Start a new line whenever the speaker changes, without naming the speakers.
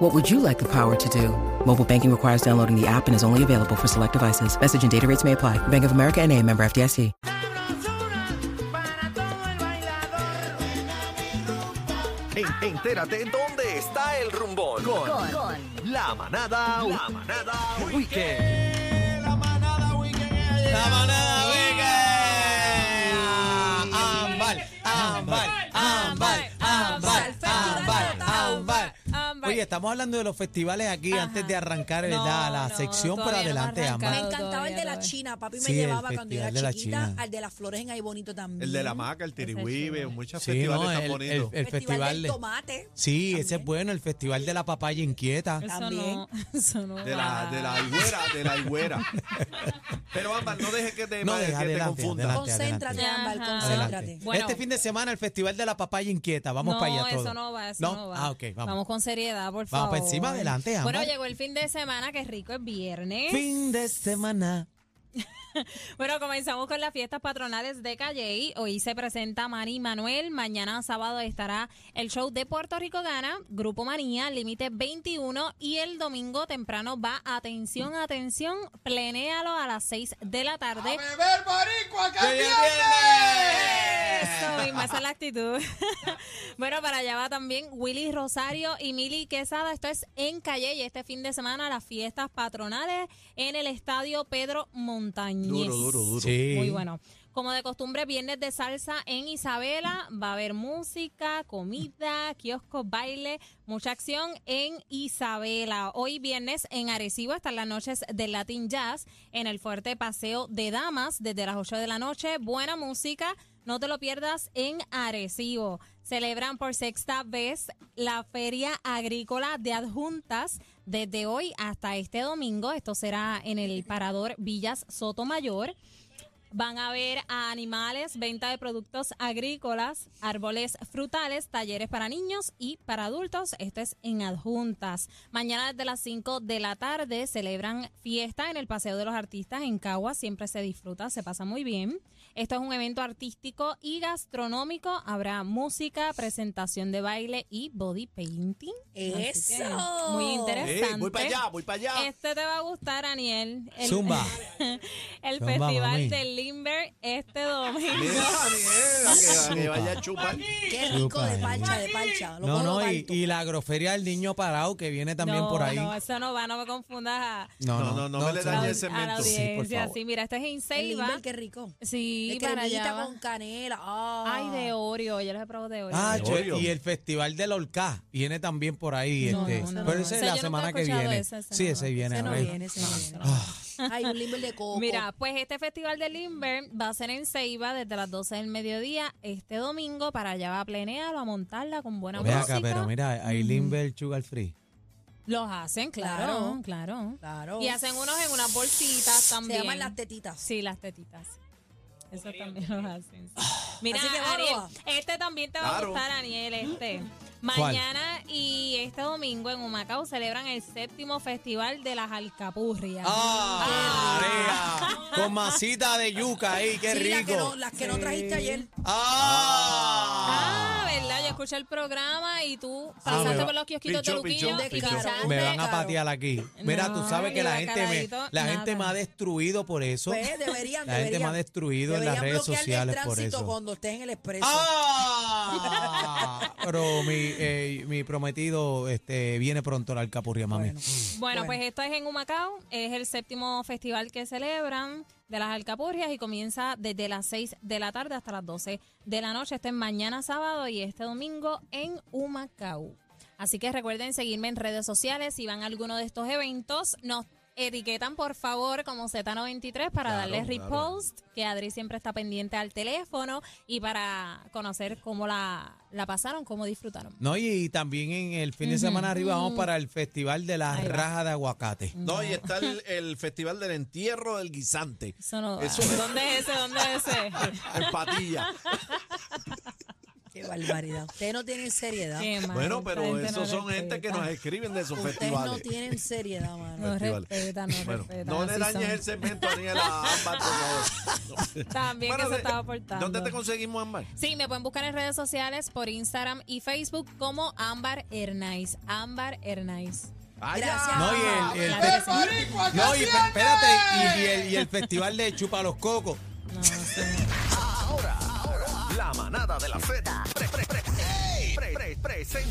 What would you like the power to do? Mobile banking requires downloading the app and is only available for select devices. Message and data rates may apply. Bank of America and a member FDIC.
Sabrosura para todo el bailador.
En- entérate dónde está el rumbón. Con, la manada, la manada weekend.
La manada weekend es ayer.
La manada Vega. Ámbar, ámbar, ámbar, ámbar, ámbar, ámbar.
Ámbar.
Oye, estamos hablando de los festivales aquí antes de arrancar
No,
¿verdad? la
no,
sección, pero
todavía no
adelante,
ha
Ámbar.
Me
arrancado.
encantaba el de
todavía,
la
todavía.
China. Papi me
Sí, el
llevaba cuando yo
festival
era
de la
chiquita
China.
al de las flores en Ahí Bonito también.
El de la maca, el tirihuibe, muchos
Sí,
festivales
no,
tan
el, el-
bonitos.
el festival
del
de-
tomate.
Sí, ese es bueno, el festival de la papaya inquieta.
Eso
También.
no, eso no
De la,
va.
de la higuera, de la higuera. Pero Ámbar, no dejes que te,
No,
que
deja,
te
adelante,
confunda.
adelante.
Concéntrate, Ámbar,
Ajá.
Adelante.
concéntrate.
Bueno.
este fin de semana el festival de la papaya inquieta. Vamos
no,
para allá
eso
todo.
no va, eso no,
¿No?
va.
Ah, ok, vamos.
con seriedad, por favor.
Vamos para encima, adelante, Ámbar.
Bueno, llegó el fin de semana, que rico es viernes.
Fin de semana.
Bueno, comenzamos con las fiestas patronales de Calley. Hoy se presenta Mari Manuel. Mañana sábado estará el show de Puerto Rico Gana, Grupo Manía, Límite 21. Y el domingo temprano va, atención, atención, plenéalo a las 6 de la tarde.
¡Beber boricua, que
¡Que
es
ya
viernes!
Eso mismo, esa es la actitud. bueno, para allá va también Willy Rosario y Mili Quesada. Esto es en Calle y este fin de semana las fiestas patronales en el estadio Pedro Montañez.
Duro, duro, duro.
Sí.
Muy bueno. Como de costumbre, viernes de salsa en Isabela. Va a haber música, comida, kioscos, baile, mucha acción en Isabela. Hoy viernes en Arecibo están las noches del Latin Jazz en el Fuerte Paseo de Damas desde las 8 de la noche. Buena música. No te lo pierdas en Arecibo. Celebran por sexta vez la Feria Agrícola de Adjuntas desde hoy hasta este domingo. Esto será en el Parador Villas Sotomayor. Van a ver a animales, venta de productos agrícolas, árboles frutales, talleres para niños y para adultos. Esto es en adjuntas. Mañana desde las 5 de la tarde celebran fiesta en el Paseo de los Artistas en Cagua. Siempre se disfruta, se pasa muy bien. Esto es un evento artístico y gastronómico. Habrá música, presentación de baile y body painting. Así que,
¡Eso!
Muy interesante.
Ey, voy para allá, voy para allá.
Este te va a gustar, Aniel. El-
Zumba.
el
Zumba, mami.
Festival del Limber este domingo.
Mira, Daniel, que, que vaya a chupar.
Qué rico de
Chupa,
parcha, de parcha. Lo
No,
puedo
no, y,
tanto.
y la agroferia del niño parado que viene también
no,
por ahí.
No, eso no va, no me confundas a,
No, no, no me le
no,
a,
dañe
la-
ese
a la
cemento.
Sí, por
audiencia. Sí,
favor.
mira, este es en
El
Ceiba.
limber, qué rico.
Sí,
De
para allá.
cremita
va.
con canela. Ah.
Ay, de Oreo, yo les he probado de Oreo.
Ah,
De
che,
Oreo.
y el festival del Olcá viene también por ahí.
No,
este.
no, no,
pero
no.
ese es
Ese
la
yo nunca
semana
he
que
escuchado
viene.
ese, ese
sí,
no,
ese viene.
Ese no
ahora.
viene, ese no viene. Ay, un limber de coco.
Mira, pues este festival del Limber va a ser en Ceiba desde las 12 del mediodía este domingo para allá va a plenearlo, a montarla con buena
Ve
música.
acá, pero mira, hay Limber Sugar Free.
Los hacen, claro, claro.
Claro.
Y hacen unos en unas bolsitas
Oh. Se
también.
llaman las tetitas.
Sí, las tetitas. Eso también lo hacen. sí. Mira,
Ah, Así que
Ariel,
bárbaro.
este también te va
Claro.
a gustar, Aniel, este.
¿Cuál?
Mañana y este domingo en Humacao celebran el séptimo festival de las alcapurrias.
¡Ah! María, Con masita de yuca ahí, qué
Sí, las que, no,
rico.
las que no trajiste ayer.
¡Ah!
Ah, ¿verdad? Yo escuché el programa y tú pasaste
Ah, me va-
por los kiosquitos
pichó,
de Luquillo
pichó,
y
pichó.
pichaste.
Me van a
claro.
patear aquí. Mira, tú
No,
sabes que
ni
la gente me,
bacalaíto,
la gente
nada.
me ha destruido por eso.
Pues deberían,
La gente me ha
deberían.
destruido en las
Deberían
redes
bloquearle
sociales
el
por
tránsito
eso.
cuando estés en el expreso.
¡Ah! Pero mi, eh, mi prometido este, viene pronto la alcapurria, mami.
Bueno.
Bueno,
Bueno.
pues esto es en Humacao, es el séptimo festival que celebran de las alcapurrias y comienza desde las 6 de la tarde hasta las 12 de la noche. Este es mañana sábado y este domingo en Humacao. Así que recuerden seguirme en redes sociales si van a alguno de estos eventos. Nos Etiquetan, por favor, como Z93 para
Claro,
darle
claro.
repost, que Adri siempre está pendiente al teléfono y para conocer cómo la, la pasaron, cómo disfrutaron.
No, y también en el fin de semana arriba vamos para el Festival de la
Ahí va.
Raja de Aguacate.
No, y está el, el festival del entierro del guisante.
Eso no.
Eso es.
¿Dónde es ese? ¿Dónde es ese?
En patilla.
Qué barbaridad. Ustedes no tienen seriedad.
Qué mal,
Bueno,
esta
pero
gente no
esos son gente que
respeta.
nos escriben de esos
Ustedes
festivales.
no tienen seriedad, mano.
No
Festivales.
respeta, no
Bueno,
respeta.
no
así
le dañes
son.
el segmento a Daniela a Ámbar, por favor.
También que
Bueno,
se
de-
estaba portando.
¿Dónde te conseguimos, Ámbar?
Sí, me pueden buscar en redes sociales por Instagram y Facebook como Ámbar Hernais. Ámbar Hernais.
Vaya.
Gracias.
Ah, No, y el, el
Claro que
fe- No, y pe- espérate, y, y el, y el Festival de Chupa los Cocos.
No, sé.
Ahora, ahora, la manada de la Z pre- pre- pre- pre- pre- presenta